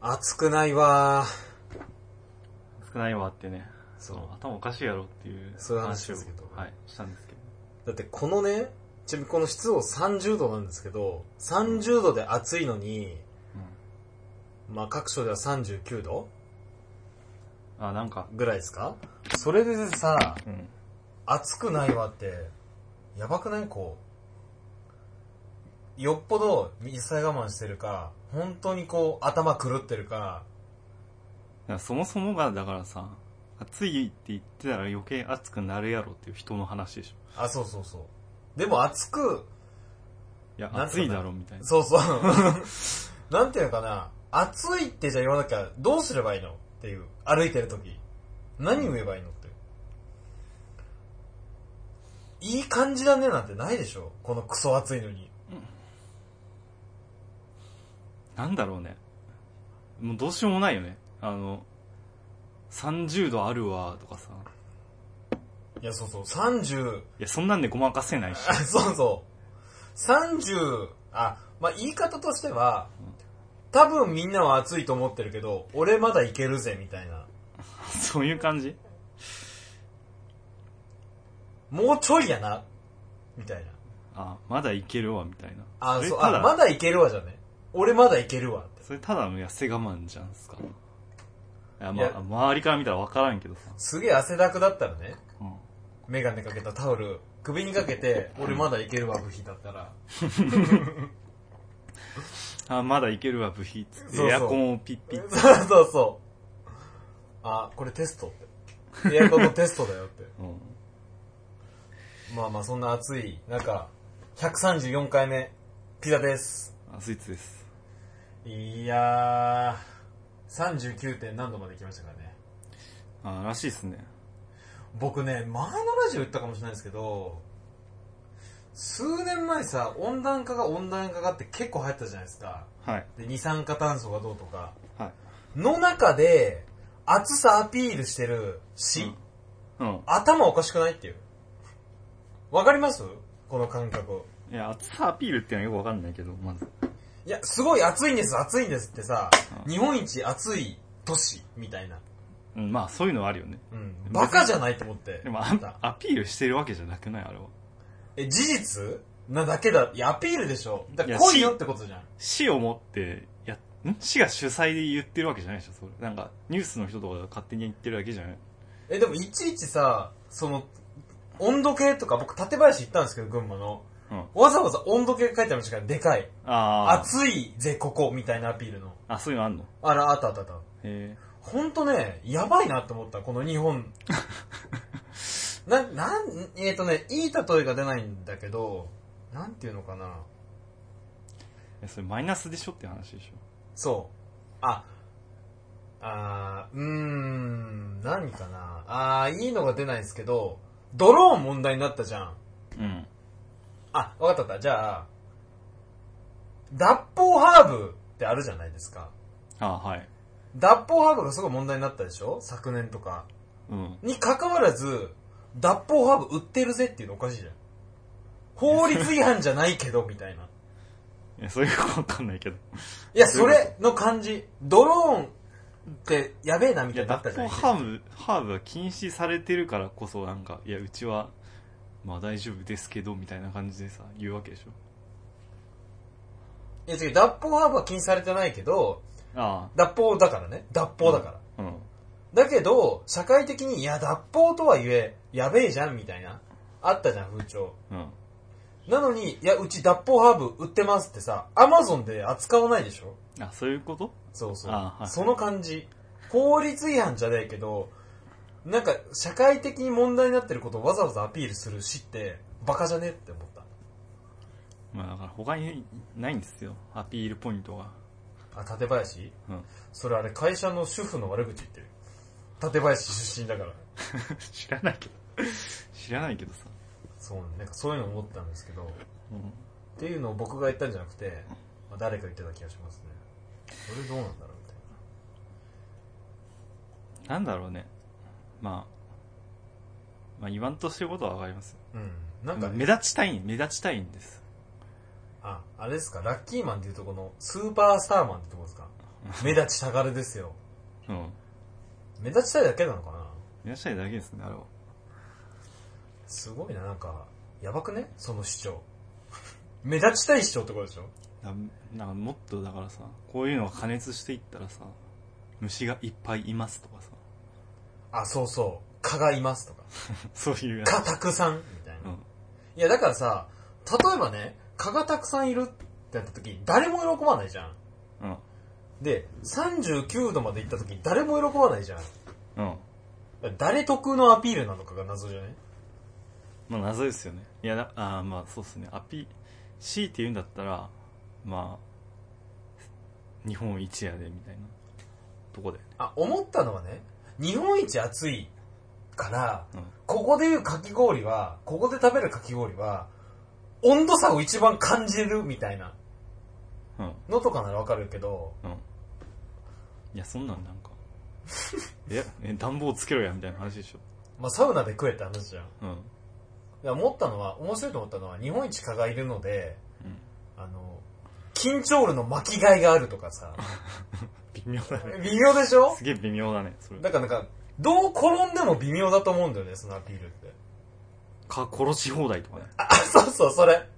暑くないわ少ないわってね。そうあの頭おかしいやろっていうそういう話をですけどはい、したんですけだど。ってこのね、ちなみにこの湿度30度なんですけど、30度で暑いのに、うまあ各所では39度ん。あ、なんか、ぐらいですかそれでさ、うん。暑くないわって、やばくないこう。よっぽど実際我慢してるか、本当にこう頭狂ってるか、いやそもそもが、だからさ、暑いって言ってたら余計暑くなるやろっていう人の話でしょ。あ、そうそうそう。でも暑く、いや、なんすか暑ねいだろみたいな。そう そう。なんていうのかな、暑いってじゃあ言わなきゃどうすればいいのっていう、歩いてる時。何言えばいいのって。いい感じだねなんてないでしょこのクソ暑いのに。なんだろうね。もうどうしようもないよね。あの、30度あるわとかさ。いや、そうそう、30、いや、そんなんでごまかせないし。 あ そうそう。30、あ、まあ、言い方としては、多分みんなは暑いと思ってるけど、俺まだいけるぜ、みたいな。そういう感じもうちょいやな、みたいな。あ、まだいけるわみたいな。あ、れそう、たあ、だ、まだいけるわじゃね。俺まだいけるわって。それただの痩せ我慢じゃんすか。いや、いまやあ、周りから見たらわからんけどさ。すげえ汗だくだったらね、うん。メガネかけたタオル、首にかけて、俺まだいけるわ、部品だったら。あ、まだいけるわ、部品っつっそうて。そうエアコンをピッピッ。そうそうそう。あ、これテストって。エアコンのテストだよって。 うん。まあまあそんな暑い中、134回目、ピザです。あ、スイーツです。いやー、39. 点何度まで来ましたからね。あ、らしいっすね。僕ね、前のラジオ言ったかもしれないですけど、数年前さ、温暖化が温暖化がって結構流行ったじゃないですか。はい。で、二酸化炭素がどうとか。はい。の中で、暑さアピールしてるし、うん。頭おかしくないっていう。わかりますこの感覚。いや、暑さアピールっていうのはよくわかんないけど、まず。いや、すごい暑いんです、暑いんですってさ、うん日本一暑い都市、みたいな。うん、まあ、そういうのはあるよね。うん。別にバカじゃないと思って。でもア、アピールしてるわけじゃなくないあれは。え、事実なだけだ。いや、アピールでしょ。だからいや来いよってことじゃん。市を持って、や、ん市が主催で言ってるわけじゃないでしょ、それ。なんか、ニュースの人とかが勝手に言ってるだけじゃないえ、でもいちいちさ、その、温度計とか、僕、館林行ったんですけど、群馬の。うん。わざわざ温度計書いてありましたから、でかい。あ暑いぜ、ここ、みたいなアピールの。あ。あ、そういうのあんのあら、あったあったあった。へほんとね、やばいなって思った、この日 本。な、なん、えっ、とね、いい例えが出ないんだけど、なんていうのかな。え。それマイナスでしょって話でしそう。あ、あーうーん、何かな。あーいいのが出ないですけど、ドローン問題になったじゃん。ょ。うん。あ、わかったわかった。じゃあ、脱法ハーブってあるじゃないですか。あはい。脱法ハーブがすごい問題になったでしょ昨年とか。うん。に関わらず、脱法ハーブ売ってるぜっていうのおかしいじゃん。法律違反じゃないけど、みたい な。え、それよくわかんないけど。いや、それの感じ。ドローンってやべえな、みいたいや、になった脱じゃん。法ハーブ、ハーブは禁止されてるからこそ、なんか、いや、うちは、まあ大丈夫ですけど、みたいな感じでさ、言うわけでしょ。いや、違う、脱法ハーブは禁止されてないけど、あ脱法だからね。脱法だから。あ。うん。だけど、社会的に、いや、脱法とは言え、やべえじゃん、みたいな。あったじゃん、風潮。うん。なのに、いや、うち脱法ハーブ売ってますってさ、アマゾンで扱わないでしょあ、そういうことそうそう。あはいその感じ。法律違反じゃないけど、なんか、社会的に問題になってることをわざわざアピールするしって、バカじゃねって思った。まあだから他にないんですよ。アピールポイントが。 あ、館林うん。それあれ、会社の主婦の悪口言ってる。館林出身だから。知らないけど。 知らないけどさ。そう、なんかそういうの思ったんですけど、っうん。ていうのを僕が言ったんじゃなくて、まあ、誰か言ってた気がしますね。それどうなんだろうみたいな。なんだろうね。まあ、まあ言わんとしてることはわかりますよ。うん。なんかね、目立ちたい、目立ちたいんです。あ、あれですか、ラッキーマンっていうとこの、スーパースターマンってとこですかうん。目立ちたがるですよ。うん。目立ちたいだけなのかないらっしゃいだけですね、あれは。すごいな、なんか、やばくねその主張。目立ちたい主張ってことでしょななんかもっとだからさ、こういうのが加熱していったらさ、虫がいっぱいいますとかさ、 あ、そうそう。蚊がいますとか。そういうやつ。蚊たくさんみたいな。うん。いや、だからさ、例えばね、蚊がたくさんいるってなった時、誰も喜ばないじゃん。うん。で、39度まで行った時、誰も喜ばないじゃん。うん。誰得のアピールなのかが謎じゃねまあ謎ですよね。いや、だあーまあそうですね。アピ、強いて言うんだったら、まあ、日本一やで、みたいなとこだよね。あ、思ったのはね、日本一暑いから、うん。ここで言うかき氷は、ここで食べるかき氷は、温度差を一番感じるみたいなうん。のとかならわかるけど、うん。いや、そんなんなんか、いや、え暖房つけろや、みたいな話でしょ。まあサウナで食えって話じゃん。うん。うん。で思ったのは、面白いと思ったのは、日本一蚊がいるので、あの、緊張ルの巻き替えがあるとかさ、微妙だね。微妙でしょすげえ微妙だね、それ。だからなんか、どう転んでも微妙だと思うんだよね、そのアピールって。 か、殺し放題とかね。あ、そうそう、それ。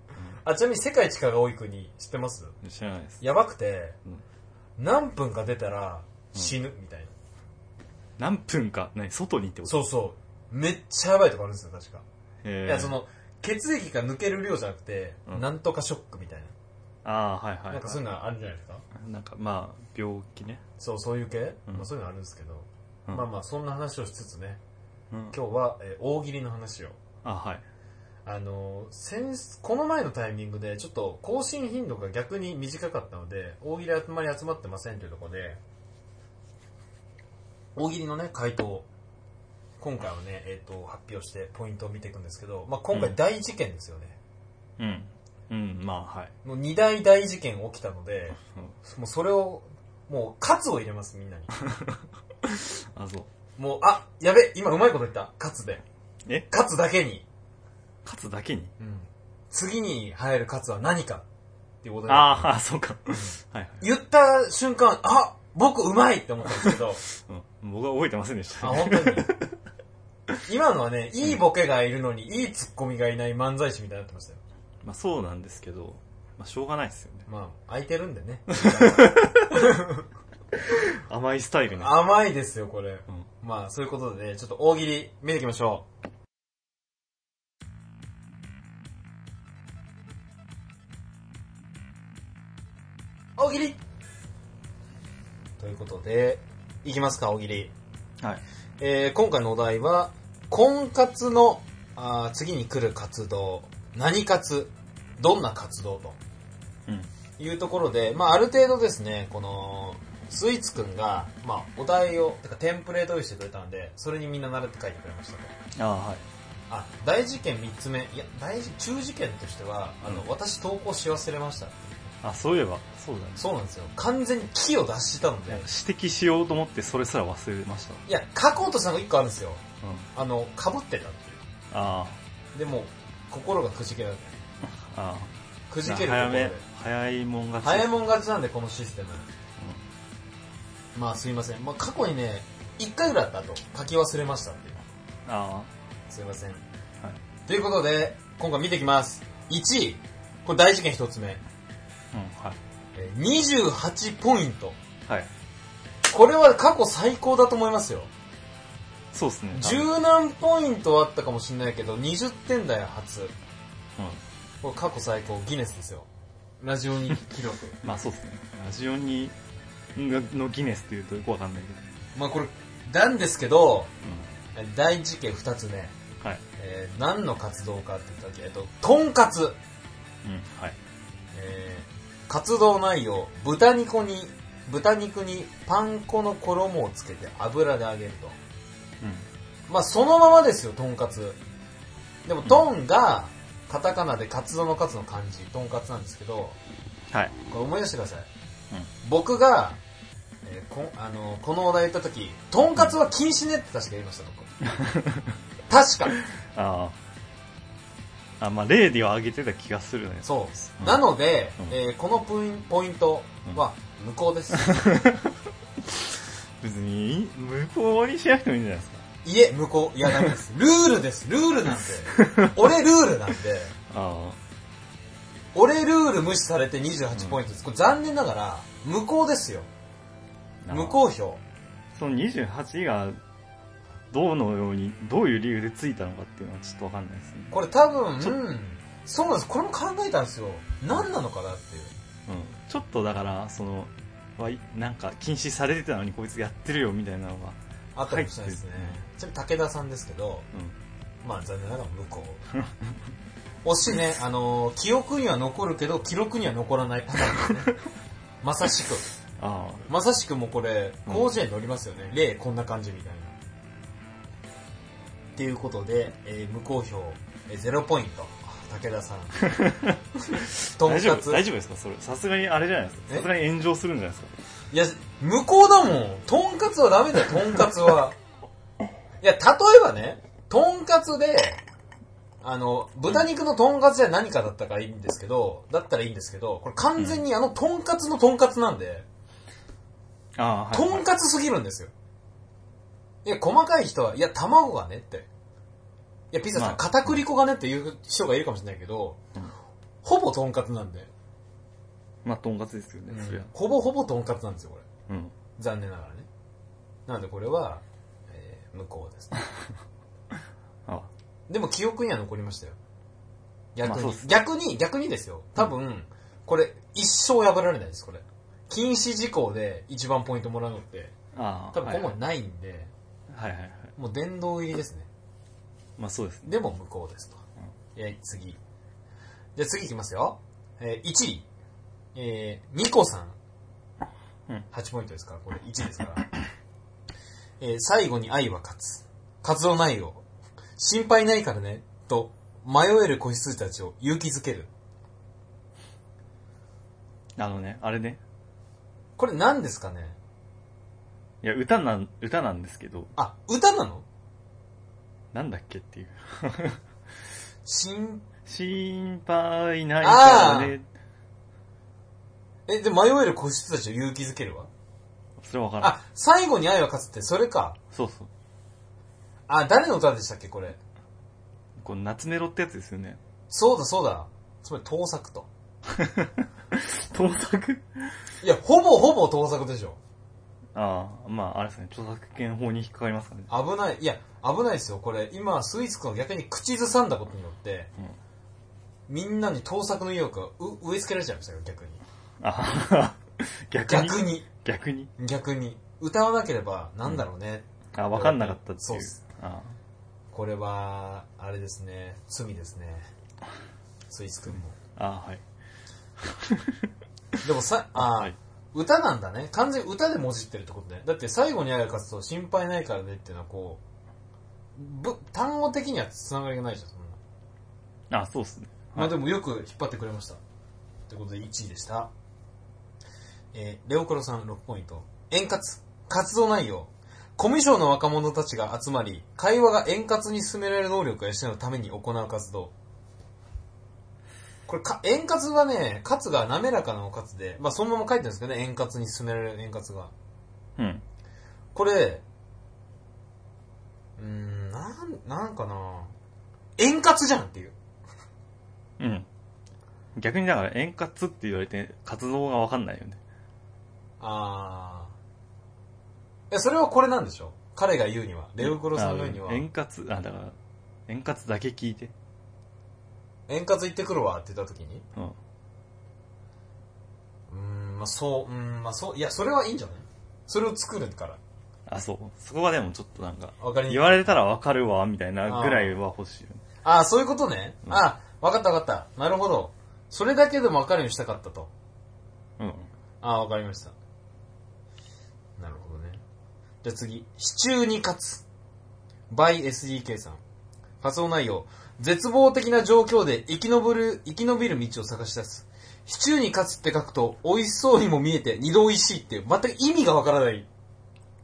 あ、ちなみに世界一蚊が多い国知ってます知らないです。やばくて、何分か出たら死ぬみたいな。何分か、ね、外にってことそうそう。めっちゃやばいとかあるんですよ、確か。へーいや、その、血液が抜ける量じゃなくて、うんなんとかショックみたいああ、はいはい、な。はい。なんかそういうのあるじゃないですか。なんか、まあ、病気ね。そう、そういう系、うんまあそういうのあるんですけど。うんまあまあ、そんな話をしつつね、うん、今日は、えー大喜利の話を。あ、はい。あのー、先す、この前のタイミングで、ちょっと更新頻度が逆に短かったので、大喜利あまり集まってませんというところで、大喜利のね、回答を、今回はね、えっ、と、発表してポイントを見ていくんですけど、まあ今う回ん大事件ですよね。うん。うん、まあ、はい。もう二大大事件起きたので、うんもうそれを、もう、カツを入れます、みんなに。あ、そう。もう、あ、やべ、今うまいこと言った。カツで。えカツだけに。勝つだけにうん。次に入るカツは何かっていうことで。あーあ、そうか。はいはい。言った瞬間、あ、僕うまいって思ったんですけど、うん、僕は覚えてませんでし あ、た、ね。本当に。今のはね、いいボケがいるのに、いいツッコミがいない漫才師みたいになってましたよ。まあ、そうなんですけど、まあ、しょうがないですよね。まあ、空いてるんでね。甘いスタイルね。甘いですよ、これ。うん。まあ、そういうことでね、ちょっと大喜利見ていきましょう。大喜利ということで、いきますか、大喜利。はい。えー今回のお題は、婚活のあー次に来る活動、何活、どんな活動とうん。いうところで、まあ、ある程度ですね、この、スイーツくんが、まあ、お題を、てかテンプレート用意してくれたんで、それにみんな慣れて書いてくれましたと。ああ、はい。あ、大事件3つ目、いや、大事、中事件としては、あの、うん私投稿し忘れました。あ、そういえば、そうだね。そうなんですよ。完全に木を出してたので、指摘しようと思って、それすら忘れました。いや、書こうとしたのが1個あるんですよ。うん。あの、被ってたっていあう。でも、心がくじけなくて。あ、ああ。くじけるとこ早ろでめ、早いもん勝ち。早いもん勝ちなんでこのシステムまあすいません、まあ、過去にね1回ぐらいあったと書き忘れましたっていううんあすいません、あ、はい。ということで今回見ていきます1位これ大事件1つ目うん、はい。えー28ポイントはい。これは過去最高だと思いますよそうですね。十何ポイントはあったかもしれないけど20点台は初うん。これ過去最高ギネスですよラジオに記録まあそうですね。ラジオに、のギネスっていうとよくわかんないけど。 まあこれなんですけどえー大事件2つ目うん。はい。えー何の活動かって言った時、えっと、とんかつ、うん。はい。えー活動内容、豚肉に、豚肉にパン粉の衣をつけて油で揚げると。まあ、そのままですよ、とんかつ。でも、とんが、カタカナで活動の活の漢字、とんかつなんですけど、うん。はい。これ思い出してください。うん僕が、えーこんあのこのお題言った時、とんかつは禁止ねって確か言いました、 僕。確か。ああ。あ、まあ例では挙げてた気がするね。そうです、うんなので、うんえーこのポインポイントは、無効です。 別に無効にしなくてもいいんじゃないですかいえ、無効。いや、ダメ です。ルールです。ルールなんで。俺ルールなんで。あ俺ルール無視されて28ポイントです。これ残念ながら、無効ですよ。あ無効票。その28がどうのようにどういう理由でついたのかっていうのはちょっとわかんないですねこれ多分、ちょうんそうなんです。これも考えたんですよ。何なのかなっていう。うん、ちょっとだからそのわいなんか禁止されてたのにこいつやってるよみたいなのが、あったかもしれないですねち入ってる。なみに武田さんですけど、うまあ残念ながら無効。惜しい ね、あのー記憶には残るけど、記録には残らないパターンですね。まさしく。ん、あまさしくもうこれ、うん広辞苑に載りますよね。例、こんな感じみたいな。っていうことで、えー無効票、えー0ポイント。あ武 田さん。あとん大丈か夫つ。大丈夫ですかそれさすがにあれじゃないですかえさすがに炎上するんじゃないですかいや、無効だもん。とんかつはダメだよ、とんかつは。いや、例えばね、とんかつで、あの、豚肉のとんかつじゃ何かだったからいいんですけど、だったらいいんですけど、これ完全にあのとんかつのとんかつなんで、ああはいとんかつすぎるんですよ。いや、細かい人は、いや、卵がねって。いや、ピザさまん、あ片栗粉がねって言う人がいるかもしれないけど、うんほぼとんかつなんで、まあとんかつですよね、そりゃほぼほぼとんかつなんですよ、これ。うん残念ながらね。なのでこれは、えー無効ですね。ああでも記憶には残りましたよ。逆まあに、そうっすね逆に、逆にですよ。多分、これ、一生破られないです、これ。禁止事項で一番ポイントもらうのって、ああ多分今後はいないんで、はいはいはいもう殿堂入りですね。まあそうですねでも無効ですと。えー次。じゃあ次いきますよ。えー1位。えー、ニコさん。うん8ポイントですから、これ1位ですから。えー最後に愛は勝つ。活動内容。心配ないからね、と、迷える子羊たちを勇気づける。あのねあれねこれ何ですかねいや歌なん歌なんですけどあ、歌なのなんだっけっていう心、心配ないからねえ、で、迷える子羊たちを勇気づけるわ。それはわからんあ、最後に愛は勝つって、それか。そうそうあ、誰の歌でしたっけ、これ。この夏メロってやつですよねそうだそうだ。つまり盗作と。盗作いや、ほぼほぼ盗作でしょ。ああ、まあ、あれですね、著作権法に引っかかりますからね。危ない。いや、危ないですよ。これ、今、スイス君が逆に口ずさんだことによって、みんなに盗作の意欲がう植え付けられちゃいましたよ、逆に。あ 逆逆にに。逆に逆に。歌わなければ、なんだろうね。あ、わかんなかったっていう。そうっすあこれは、あれですね。罪ですね。スイス君も。あ、はい。でもさ、あー、はい歌なんだね。完全に歌でもじってるってことね。だって最後に愛が勝つと心配ないからねっていうのはこう、ぶ単語的には繋がりがないじゃん、そんな。あそうっすね。まあはいでもよく引っ張ってくれました。ということで1位でした。えーレオクロさん6ポイント。円滑。活動内容。コミュ障の若者たちが集まり、会話が円滑に進められる能力を養うために行う活動。これか、円滑がね、活が滑らかなおかつで、まあそのまま書いてるんですけどね、円滑に進められる円滑が。うん。これ、うーん、なん、なんかな円滑じゃんっていう。うん。逆にだから、円滑って言われて、活動がわかんないよね。あー。え、それはこれなんでしょ彼が言うには、レオクロさんが言うにはあ、円滑、あ、だから、円滑だけ聞いて。円滑行ってくるわって言った時に、うん。うーん、まあそう、うーん、まあそう、いや、それはいいんじゃないそれを作るから。あ、そう。そこがでもちょっとなんか、わかりに言われたらわかるわ、みたいなぐらいは欲しいよね。あー、そういうことね。うんあー、わかったわかった。なるほど。それだけでもわかるようにしたかったと。うん。あー、わかりました。なるほどね。じゃあ次、支柱に勝つ。by SDK さん。仮想内容。絶望的な状況で生き延びる、生き延びる道を探し出す。シチューに勝つって書くと、美味しそうにも見えて二度美味しいっていう、全く意味がわからない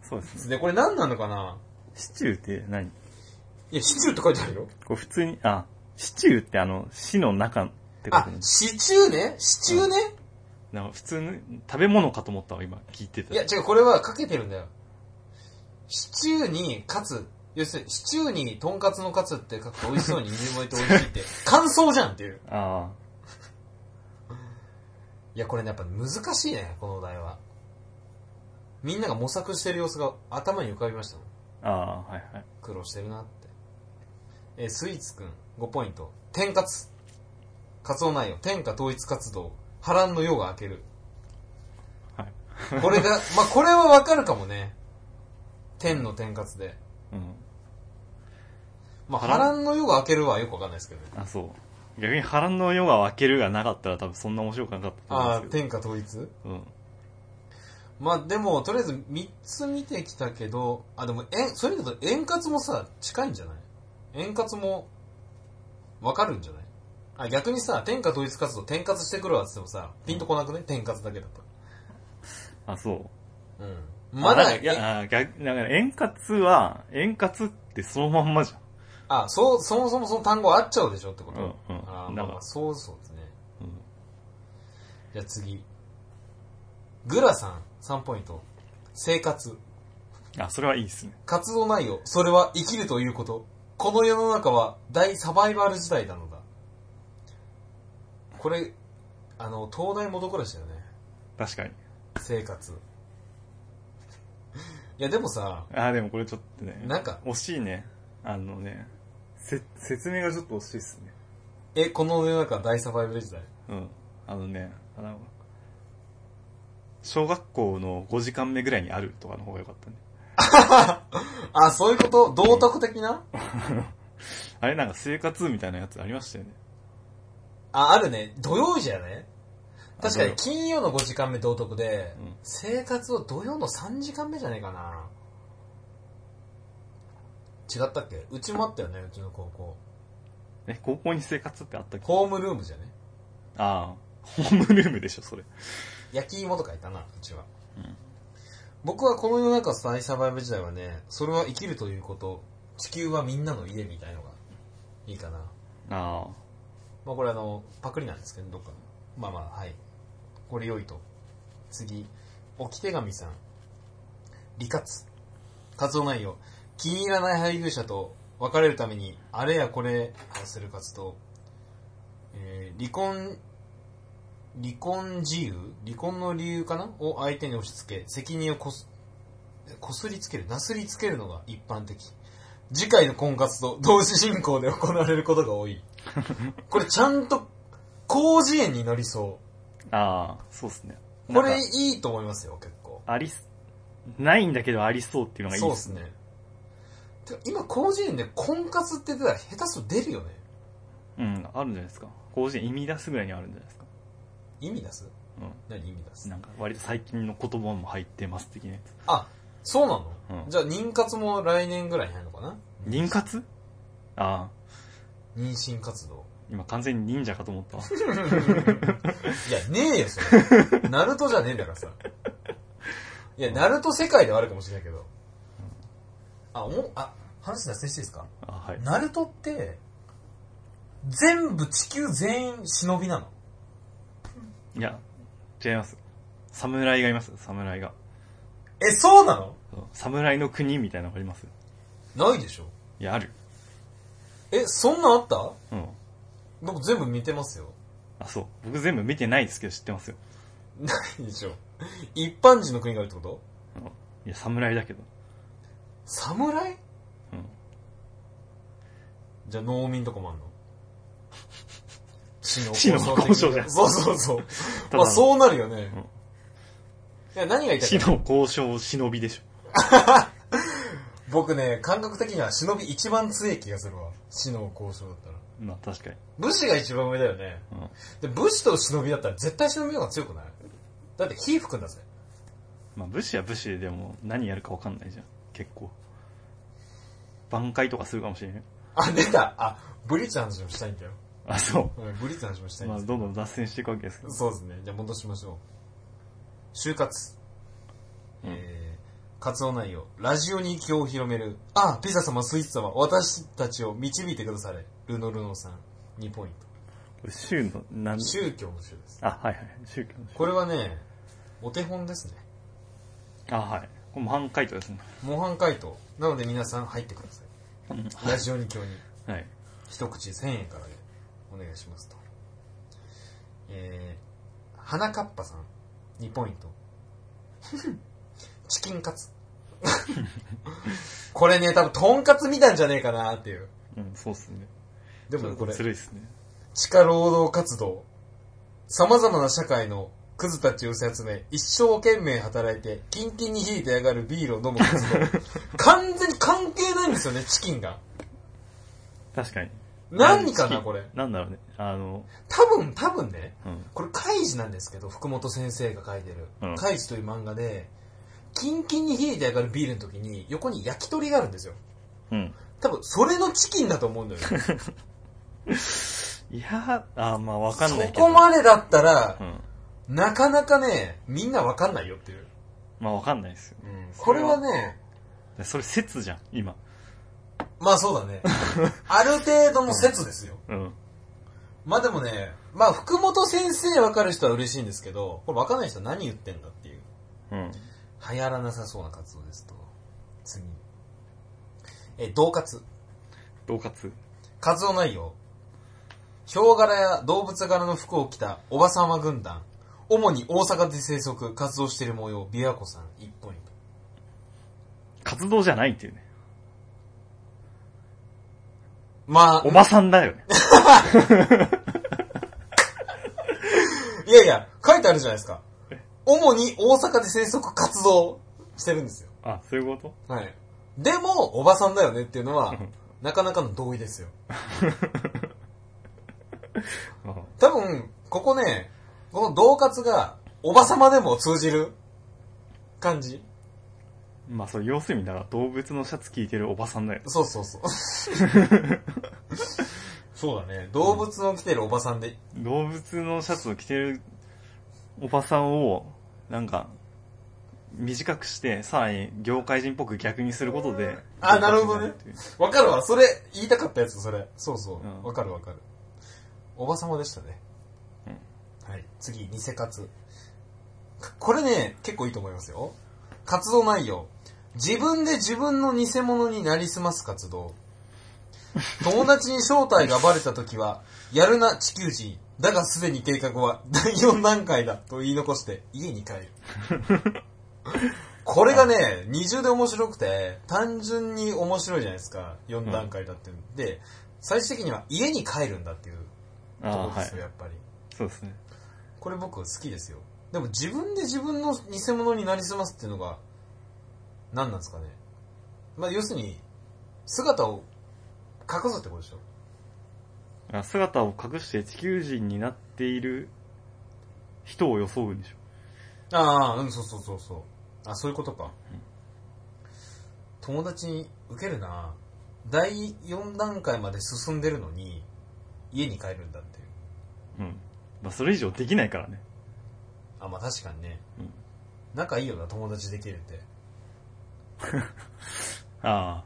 そうでですね。すね。これ何なのかなシチューって何いや、シチューって書いてあるよ。こう普通に、あ、シチューってあの、死の中ってことあなん、ですシチューねシチューね、なんか普通の食べ物かと思ったわ今聞いてたいや、違う、これはかけてるんだよ。シチューにカツ、要するにシチューにトンカツのカツって書くと美味しそうに水もいて美味し いって、感想じゃんっていう。あいや、これね、やっぱ難しいね、このお題は。みんなが模索してる様子が頭に浮かびましたもん。あああはいはい苦労してるなって。えースイーツくん、5ポイント。天活。活動内容。天下統一活動。波乱の夜が明ける。はいこれが、まあ、これはわかるかもね。天の天活で。うんまあ、波波乱乱の夜が明けるはよくわかんないですけど。あそう逆に波乱の夜が分けるがなかったら多分そんな面白くなかったとあ思あうー、んですけ天下統一どうんまあ、でも、とりあえず3つ見てきたけど、あ、でも、えん、それだと円滑もさ、近いんじゃない円滑も、わかるんじゃないあ、逆にさ、天下統一活動、天活してくるわって言ってもさ、ピンとこなくね天活だけだと。あそううん。まだ、いや、あ逆、だから円滑は、円滑ってそのまんまじあ、そう、そもそもその単語あっちゃうでしょってこゃん。と、うん、うん。あーまあだかまらあ、そうそうですね。うんじゃあ次。グラさん、3ポイント。生活。あ、それはいいですね。活動内容。それは生きるということ。この世の中は大サバイバル時代なのだ。これ、あの、東大元暮らしだよね。確かに。生活。いや、でもさ、あー、でもこれちょっとね。なんか惜しいね。あのね、せ、説明がちょっと惜しいっすね。え、この世の中は大サバイバル時代。うん。あのね、あの、小学校の5時間目ぐらいにあるとかの方が良かったね。あ、そういうこと道徳的なあれなんか生活みたいなやつありましたよね。あ、あるね。土曜日じゃね確かにあ金曜の5時間目道徳で、うん生活を土曜の3時間目じゃねえかな。違ったっけうちもあったよね、うちの高校。え、高校に生活ってあったっけホームルームじゃねああ、ホームルームでしょ、それ。焼き芋とかいたな、うちは。うん僕はこの世の中最サバイブ時代はね、それは生きるということ、地球はみんなの家みたいのがいいかな。あまあこれあの、パクリなんですけど、どっかの。まあまあ、はい。これ良いと。次、置き手紙さん。利活。活動内容。気に入らない配偶者と別れるために、あれやこれをする活動。えー離婚、離婚自由離婚の理由かなを相手に押し付け、責任をこす、こすりつける、なすりつけるのが一般的。次回の婚活と同時進行で行われることが多い。これちゃんと、広辞苑になりそあ、ああ、そうっすね。う。こなんれかいいと思いますよ、結構。ありす、ないんだけどありそうっていうのがいいそうでですすね。ね。てか今、広辞苑で婚活って出たら下手すると出るよね。うん、あるんじゃないですか。甲子園意味出すぐらいにあるんじゃないですか。意味出すう何意味出すん。なんか、割と最近の言葉も入ってます的なやつ。あ、そうなの、うんじゃあ、妊活も来年ぐらいに入るのかな妊活ああ、妊娠活動。今完全に忍者かと思ったわ。いや、ねえよ、それ。ナルトじゃねえんだからさ。いや、ナルト世界ではあるかもしれないけど。あ、おも、あ、話脱線していいですかあはい。ナルトって、全部地球全員忍びなのいや、違います。侍がいます、侍が。え、そうなのそう侍の国みたいなのがありますよ。ないでしょいや、ある。え、そんなんあったうん。僕全部見てますよ。 あ、そう。僕全部見てないですけど知ってますよ。ないでしょ。一般人の国があるってことうん。いや、侍だけど。侍うん。じゃあ農民とかもあ んの死の死の交渉じゃんそうそうそう。まただのあそうなるよねうん。いや、何が言いた死いか。の交渉を忍びでしょ。僕ね、感覚的には忍び一番強い気がするわ。死の交渉だったら。まあ、確かに。武士が一番上だよね。うん。で、武士と忍びだったら絶対忍びの方が強くないだって火吹くんだぜ。まあ武士は武士ででも何やるか分かんないじゃん結構挽回とかするかもしれないあ、出たあ、ブリッジの話もしたいんだよ。あそうんブリッジの話もしたういんまあです。どんどん脱線していくわけですけどそうですね。じゃあ戻しましょう。就活。うんえー、活動内容。ラジオに気を広める。あ、ピザ様、スイーツ様、私たちを導いてくだされ。ルノルノさん、2ポイント。宗の、なん宗教の宗です。あ、はいはい。宗教の宗。これはね、お手本ですね。あ、はい。これ模範解答ですね。模範解答。なので皆さん入ってください。ラジオに今日に。はい。一口1000円からでお願いしますと。えー、花かっぱさん、2ポイント。チキンカツ。 これね、多分、とんかつ見たんじゃねえかなっていう。うん、そうっすね。でもねこれず、るいっすね。地下労働活動、様々な社会のクズたちを集め、一生懸命働いて、キンキンに冷えてやがるビールを飲む活 動。完全に関係ないんですよね、チキンが。確かに。何かな、好きこれ。なんだろうね。あの、多分、多分ね、うん。これ、カイジなんですけど、福本先生が書いてるうん、カイジという漫画で、キンキンに冷えてやがるビールの時に、横に焼き鳥があるんですよ。うん。多分、それのチキンだと思うんだよね。いやー、あーまあわかんそないけど。こまでだったらう、ん。なかなかね、みんなわかんないよっていう。まあわかんないですよ。これはね、でそれ説じゃん、今。まあそうだね。ある程度の説ですよ。うん。まあでもね、まあ福本先生わかる人は嬉しいんですけど、これわかんない人は何言ってんだっていう。うん。流行らなさそうな活動ですと。次。え、同活。同活。活動内容。ヒョウ柄や動物柄の服を着たおばさんは軍団。主に大阪で生息、活動している模様、琵琶湖さん1ポイント。活動じゃないっていうね。まあお、ばさんだよね。いやいや、書いてあるじゃないですか。主に大阪で生息活動してるんですよ。あ、そういうことはい。でも、おばさんだよねっていうの はうん、なかなかの同意ですよ。うん。多分、ここね、この同活が、おばさまでも通じる感じ。まあ、それ、要するに、だから、動物のシャツ着いてるおばさんだよ。そうそうそう。そうだね。動物の着てるおばさんで、動物のシャツを着てるおばさんを、なんか、短くして、さらに業界人っぽく逆にすることで。あなるほどね動物にるっていう。わかるわ。それ、言いたかったやつ、それ。そうそうう。んわ、かるわかる。おばさまでしたね。はい。次、偽活。かこれね、結構いいと思いますよ。活動内容。自分で自分の偽物になりすます活動。友達に正体がバレた時は、やるな地球人。だがすでに計画は第4段階だと言い残して家に帰る。これがね、二重で面白くて、単純に面白いじゃないですか。4段階だって。で、最終的には家に帰るんだっていうとこあろはでいすよ、。やっぱり。そうですね。これ僕好きですよ。でも自分で自分の偽物になりすますっていうのが、何なんですかね。まあ要するに、姿を隠すってことでしょ。だから姿を隠して地球人になっている人を装うんでしょ。ああ、うん、そうそうそうそう。あ、そういうことか。友達に受けるな第4段階まで進んでるのに、家に帰るんだっていう。うん。まあ、それ以上できないからね。あ、まあ確かにね。うん。仲いいよな、友達できるって。あ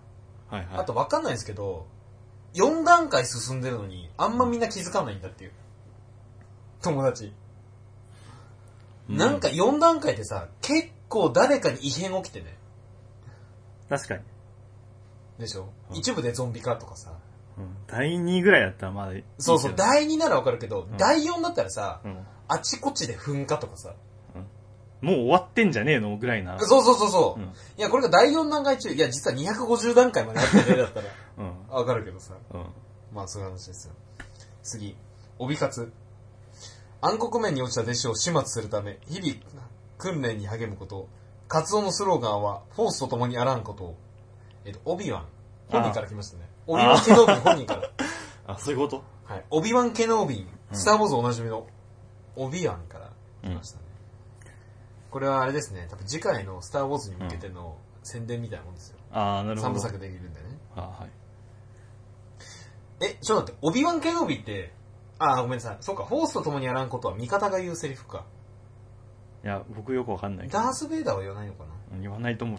あ。はいはい。あとわかんないですけど、4段階進んでるのに、あんまみんな気づかないんだっていう。友達。う、なんか4段階でさ、結構誰かに異変起きてね。確かに。でしょ、うん一部でゾンビ化とかさ。うん。第2ぐらいだったらまだいいけどそうそう、第2ならわかるけど、うん第4だったらさ、うん。あちこちで噴火とかさ。もう終わってんじゃねえのぐらいな。そうそうそうそうう、ん。いや、これが第4段階中、いや、実は250段階まであったね、だ ったら。うん。わかるけどさ。うん。まあそういう話ですよ。次、帯活。暗黒面に落ちた弟子を始末するため、日々訓練に励むこと。活動のスローガンは、フォースと共にあらんことを。えっと、オビワン。本人から来ましたね。オビワン・ケノービン本人 から。あ、そういうことはい。オビワン・ケノービン。うんスター・ウォーズおなじみの、オビワンから来ましたね。これはあれですね、多分次回のスター・ウォーズに向けての宣伝みたいなもんですよ。ああ、なるほ三部ど。作できるんでね。あはい。え、ちょっと待って、オビワン・ケノビって、あー、ごめんなさい。そうか、ホースと共にやらんことは味方が言うセリフか。いや、僕よくわかんないけどダース・ベイダーは言わないのかなうん言わないと思う。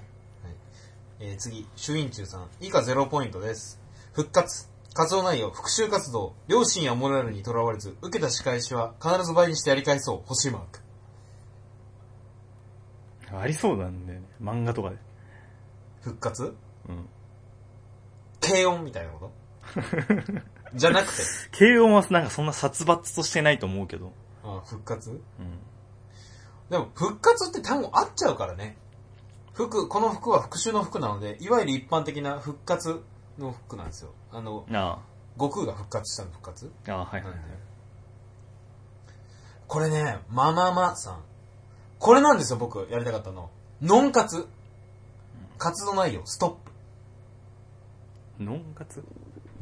えー次、朱印中さん。以下0ポイントです。復活。活動内容、復讐活動、良心やモラルにとらわれず、受けた仕返しは必ず倍にしてやり返そう、星マーク。ありそうなんだよね。漫画とかで。復活うん。軽音みたいなことじゃなくて。軽音はなんかそんな殺伐としてないと思うけど。あ復活うん。でも、復活って単語合っちゃうからね。服、この服は復讐の服なので、いわゆる一般的な復活の服なんですよ。あの、あ悟空が復活したの復活あ。ああ、はいなはいんはでい。。これね、まままさん。これなんですよ、僕、やりたかったの。ノン活。活動内容、ストップ。ノン活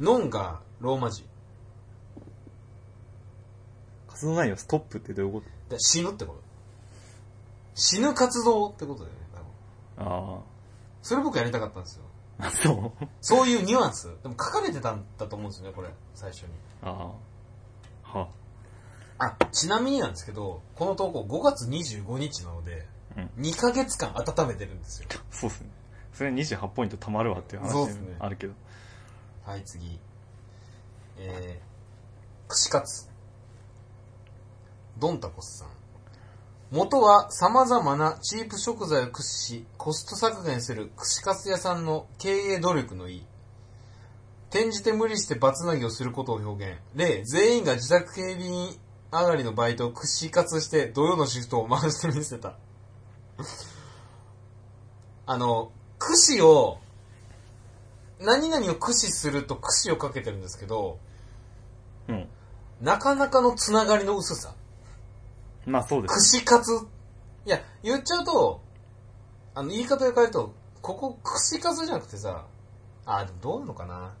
ノンがローマ字。活動内容ストップってどういうこで死ぬってこと。死ぬ活動ってことだよね、多分。とあそれ僕やりたかったんですよ。あ。あ、そう。そういうニュアンス。でも書かれてたんだと思うんですよね、これ、最初に。ああ。はあ、ちなみになんですけど、この投稿5月25日なので、うん2ヶ月間温めてるんですよ。そうっすね。それ28ポイント貯まるわっていう話そうっすねあるけど。はい、次。えー、串カツ。ドンタコスさん。元は様々なチープ食材を駆使し、コスト削減する串カツ屋さんの経営努力のいい。転じて無理してバツナギをすることを表現。例、全員が自宅警備員上がりのバイトを串カツして土曜のシフトを回してみせた。あの、串を、何々を駆使すると駆使をかけてるんですけど、うん。なかなかのつながりの薄さ。まあそうです、串カツ。いや、言っちゃうと、あの、言い方で変えると、ここ串カツじゃなくてさ、あ、でもどうなのかな。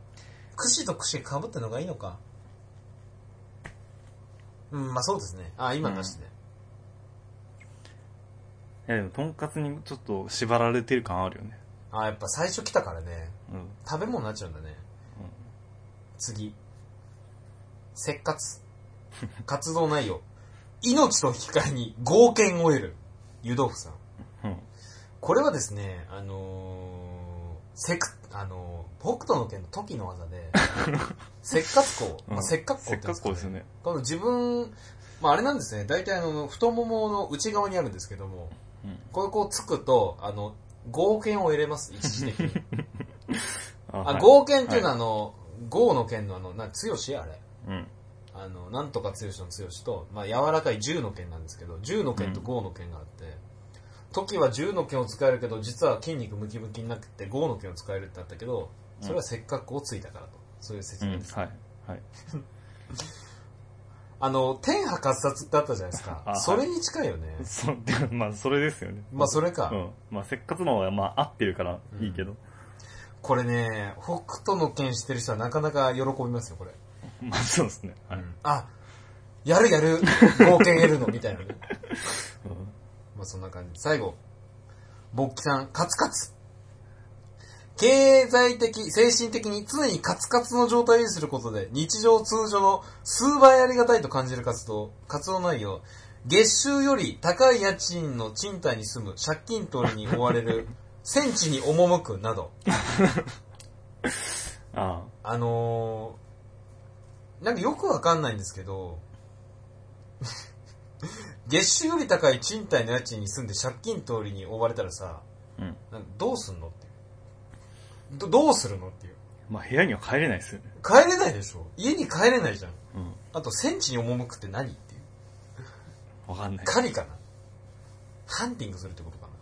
串と串被ってんのがいいのか。うん、まあそうですね。あ、今なしで。ね。いやでも、とんかつにちょっと縛られてる感あるよね。あ、やっぱ最初来たからね、うん。食べ物になっちゃうんだね。次。せっか つ。活動内容。命と引き換えに合憲を得る。湯豆腐さん。うん。うん。これはですね、あのー、せく、あのー、北斗の拳の時の技 で、せっかつこう、まあ、せっかくこうせっってか言くこうんでうですすよかね。ね。この自分、まああれなんですね、大体あの、太ももの内側にあるんですけども、うん。これこうつくと、あの、合憲を得れます、一時的に。ああ、はい合憲っていうのはあの、合の剣のあの、な、強しあれ。うん。あの、なんとか剛の剛と、まあ、柔らかい10の剣なんですけど、10の剣と5の剣があって、時は10の剣を使えるけど、実は筋肉ムキムキになくて5の剣を使えるってなったけど、それはせっかくをついたからと。そういう説うん。明はいです。。はい。あの、天破活殺ってあったじゃないですか。あそれに近いよね。そう、でもまあそれですよね。まあ、それか。うん。まあせっかくのはまあ合ってるからいいけど。 これね、北斗の剣してる人はなかなか喜びますよ、これ。まあそうですね。はい。うん。あ、やるやる、冒険得るの、みたいなね。まあそんな感じ。最後。勃起さん、カツカツ。経済的、精神的に常にカツカツの状態を維持することで、日常通常の数倍ありがたいと感じる活動、活動内容、月収より高い家賃の賃貸に住む、借金取りに追われる、戦地に赴くなど、ああのー、なんかよくわかんないんですけど、 月収より高い賃貸の家賃に住んで借金通りに追われたらさ、あ。うん。なんかどうすんのっていうど。どうするのっていう。まあ部屋には帰れないですよね。帰れないでしょ家に帰れないじゃん。うん。あと、戦地に赴くって何っていう。わかんない。狩りかなハンティングするってことかな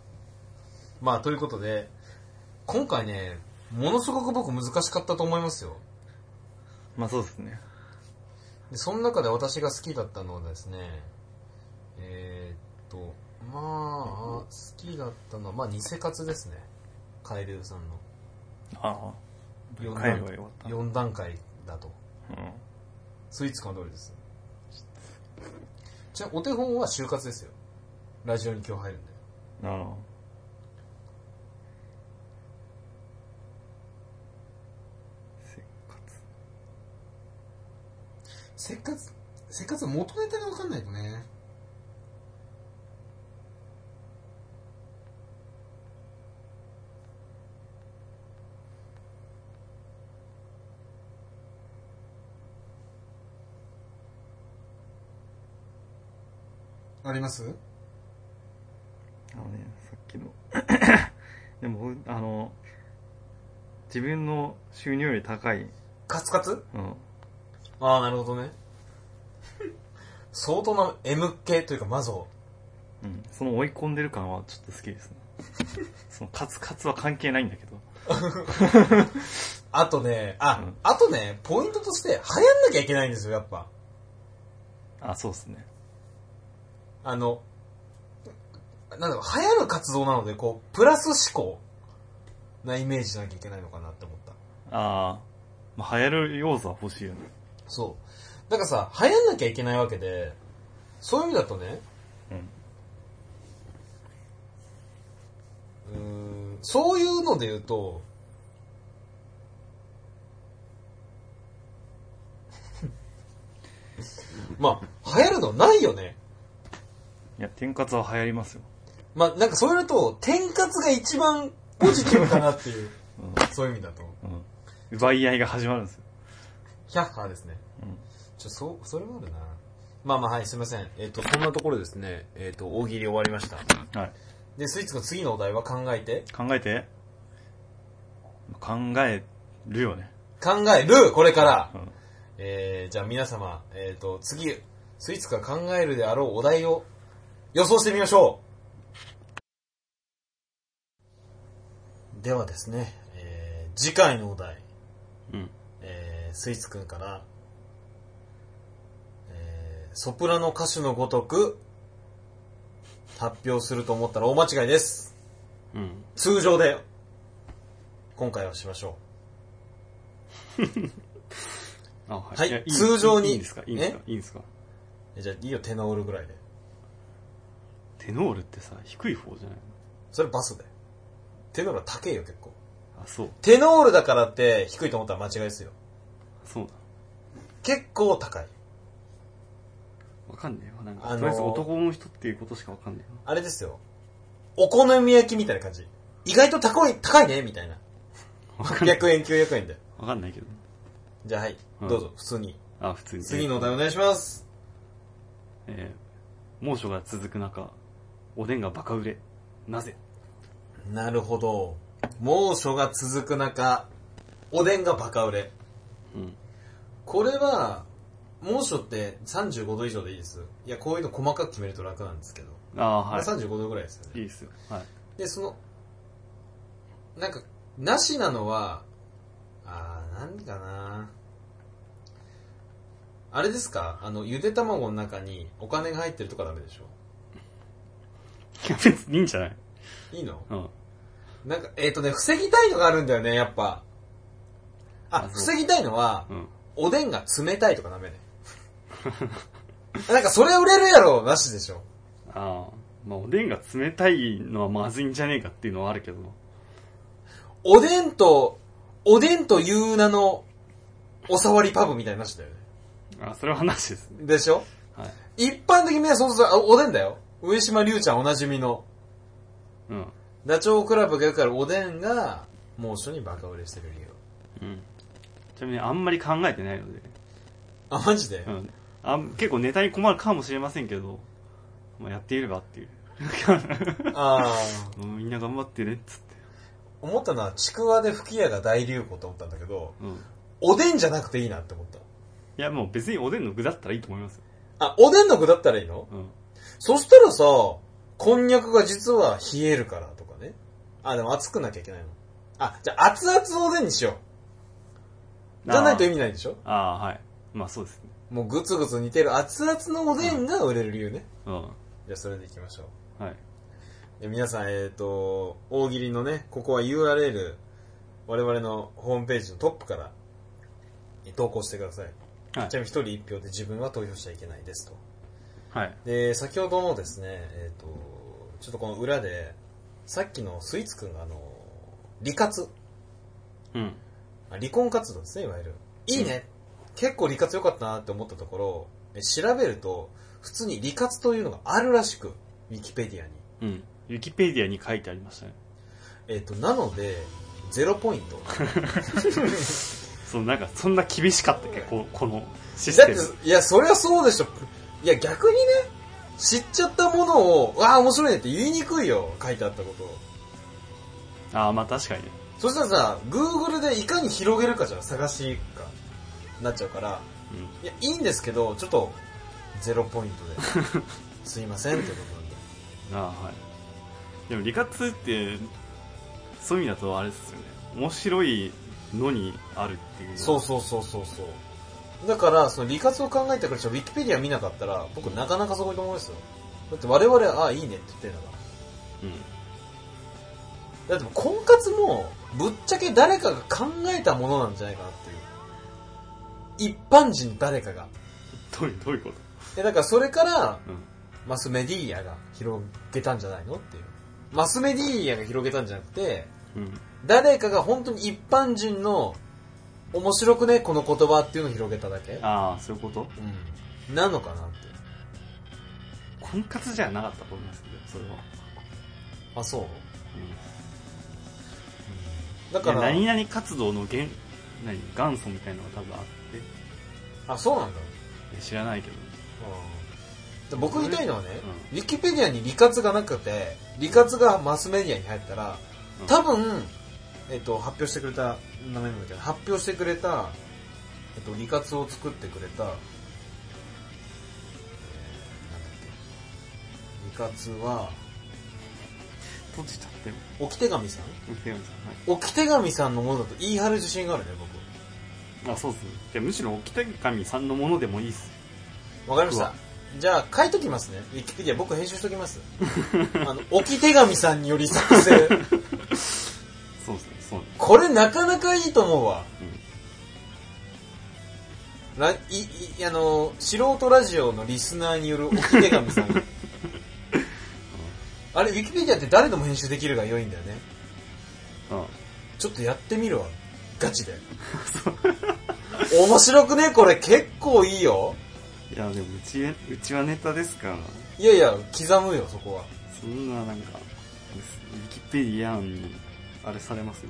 まあ、ということで、今回ね、ものすごく僕難しかったと思いますよ。まあそうですね。で、その中で私が好きだったのはですね、えー、っと、まあ、好きだったのは、まあ、偽活ですね。カエルさんのああ。帰れ四ば段よかった。うん。 4段階だと。スイーツ感通りです。じゃあ、お手本は就活ですよ。ラジオに今日入るんで。あせっかつ、せっかつ元ネタがわかんないとね。ありますあのねさっきの でもあの自分の収入より高い、カツカツうん、ああ、なるほどね。相当な M 系というかマゾうん、その追い込んでる感はちょっと好き ですねそのカツカツは関係ないんだけどあとね、あ、うんあとね、ポイントとして流行んなきゃいけないんですよ、やっぱ。あそうですねあの、なんだろう、流行る活動なので、こう、プラス思考なイメージしなきゃいけないのかなって思った。あー、まあ流行る要素は欲しいよねそう。だからさ、流行んなきゃいけないわけで、そういう意味だとね、ううんーん、そういうので言うと、 まあ、流行るのないよね。いや天かつは流行りますよ、まあ、なんかそういうのと、天活が一番ポジティブかなっていう、そういう意味だと。うんうん、奪い合いが始まるんですよ、百科ですね。ちょ、そう、それもあるな。まあまあ、はい、すいません。えっ、と、こんなところですね、えっ、と、大喜利終わりました。うんはい、で、スイッチの次のお題は考えて。考えて考えるよね、考えるこれからうん、えー、じゃあ皆様、えっ、と、次、スイーツが考えるであろうお題を予想してみましょうではですね、えー、次回のお題、うん、えー、スイーツくんから、えー、ソプラノ歌手のごとく、発表すると思ったら大間違いです。うん。通常で、今回はしましょあ、はい。はいや通常にいいんですかいいんですかいいんですかう。えじゃあ、いいよ、テノールぐらいで。テノールってさ、低い方じゃないそれバスで。テノールは高いよ、結構。のあ、そう。テノールだからって低いと思ったら間違いですよ。そうだ。結構高い。わかんねえわ。なんか、あのーとりあえず男の人っていうことしかわかんねえあれですよ。お好み焼きみたいな感じ。意外と高い、高いねみたいな。な。 わかんない。 800円、900円で。わかんないけど。じゃあはい、うんどうぞ、普通に。あ、普通に。次のお題お願いします。えー猛暑が続く中、おでんがバカ売れ。なぜなるほど。猛暑が続く中、おでんがバカ売れ。うん。これは、猛暑って35度以上でいいです。いや、こういうの細かく決めると楽なんですけど。あまあーは35度ぐらいですよねい。い。いですよ。はい。で、その、なんか、なしなのは、あー、なんかなあれですかあの、ゆで卵の中にお金が入ってるとかダメでしょいや、別にいいんじゃないいいのうん。なんか、えっ、とね、防ぎたいのがあるんだよね、やっぱ。あ、あそう防ぎたいのは、うん。おでんが冷たいとかダメね。なんか、それ売れるやろ、なしでしょ。ああ。まあ、おでんが冷たいのはまずいんじゃねえかっていうのはあるけど。おでんと、おでんという名の、おさわりパブみたいななしだよね。あ、それは話ですね。でしょはい。一般的にみんな想像する、あおでんだよ。上島竜ちゃんおなじみの、うん。ダチョウ倶楽部がよくあるおでんが、猛暑にバカ売れしてる理由。うん。ちなみにあんまり考えてないので。あ、マジで、うん。あ結構ネタに困るかもしれませんけど、まあ、やっていればっていう。ああ。うんみんな頑張ってねっつって。思ったのは、ちくわで吹き矢が大流行と思ったんだけど、うん。いおでんじゃなくていいなって思った。や、もう別におでんの具だったらいいと思いますよ。あ、おでんの具だったらいいのうん。そしたらさ、こんにゃくが実は冷えるからとかね。あ、でも熱くなきゃいけないの。あ、じゃあ熱々おでんにしよう。じゃないと意味ないでしょああ、はい。まあそうですね。もうグツグツ煮てる熱々のおでんが売れる理由ね。うん。じゃあそれでいきましょう。はい。え皆さん、えっ、と、大喜利のね、ここは URL、我々のホームページのトップからえ投稿してください。はいちなみに一人一票で自分は投票しちゃいけないですと。はい。で、先ほどのですね、えっ、と、ちょっとこの裏で、さっきのスイーツくんがあの、離活、うん。あ離婚活動ですね、いわゆる。いいね、結構離活良かったなって思ったところ、え調べると、普通に離活というのがあるらしく、ウィキペディアに。うん。ウィキペディアに書いてありましたね。えっ、と、なので、ゼロポイント。そう、なんかそんな厳しかったっけここのシスだっテム。て、いや、そりゃそうでしょ。いや、逆にね、知っちゃったものを、わあ、面白いねって言いにくいよ、書いてあったことを。ああ、まあ確かにね。そしたらさ、Google でいかに広げるかじゃん、探しか、なっちゃうから、いや、いいんですけど、ちょっと、ゼロポイント で、すいませんってことなんで。うん。ああ、はい。でも、理活って、そういう意味だとあれですよね。面白いのにあるっていう。そうそうそうそうそう。だから、その理活を考えたから、ウィキペディア見なかったら、僕なかなかそこにと思いますよ。だって我々、ああ、いいねって言ってるんだから。だっう。うん。てもう婚活も、ぶっちゃけ誰かが考えたものなんじゃないかなっていう。一般人誰かが。どういう、どういうことで、だからそれから、うん。マスメディアが広げたんじゃないのっていう。マスメディアが広げたんじゃなくて、うん。誰かが本当に一般人の、面白くね、この言葉っていうのを広げただけ。ああ、そういうことうん。なのかなって。婚活じゃなかったと思いますけど、それは。あ、そううだん。から、いや何々活動の元何元祖みたいなのが多分あっていあ、そうなんだ。や知らないけど、うんで僕言いたいのはね、ウィキペディアに理活がなくて、理活がマスメディアに入ったらう、ん多分、えっと、発表してくれた、名前なんだけど、発表してくれた、えっと、理活を作ってくれた、えーなんだっけ、理活は、閉じちゃってる置き手紙さん見てみてくだ置き手紙さんのものだと言い張る自信があるね、僕。さいあそうですねいやむしろ沖田神さんのものでもいいっすわかりましうたわ。じゃあ、書いときますね。ウィキペディア、僕編集しとき ます。あの、置き手紙さんにより作成。そうですねそうですこれなかなかいいと思うわ。らいいいあの素人ラジオのリスナーによる置き手紙さんあれウィキペディアって誰でも編集できるが良いんだよねうんうんちょっとやってみるわガチで面白くねこれ結構いいよいやでもうちうちはネタですからいやいや刻むよそこはそんななんかウィキペディアにあれされますよ、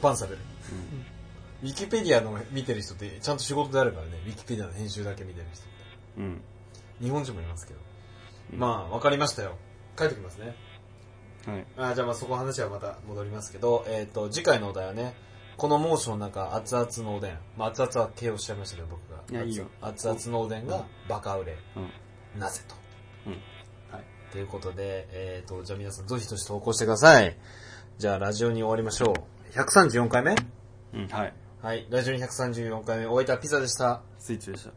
バンされるウィキペディアの見てる人ってちゃんと仕事であるからねウィキペディアの編集だけ見てる人ってうんうん日本人もいますけど、うんまあわかりましたよ書いてきますねはいあーじゃあまあそこの話はまた戻りますけど、えっ、と、次回のお題はね、この猛暑の中、熱々のおでん。まあ熱々は形容しちゃいましたけど、僕が。いやいいよ熱々のおでんがバカ売れ。うんなぜと。うんはいということで、えっ、と、じゃあ皆さんどしどし投稿してください。じゃあラジオに終わりましょう。134回目うんはいはい、ラジオに134回目、お相手はピザでした。スイッチでした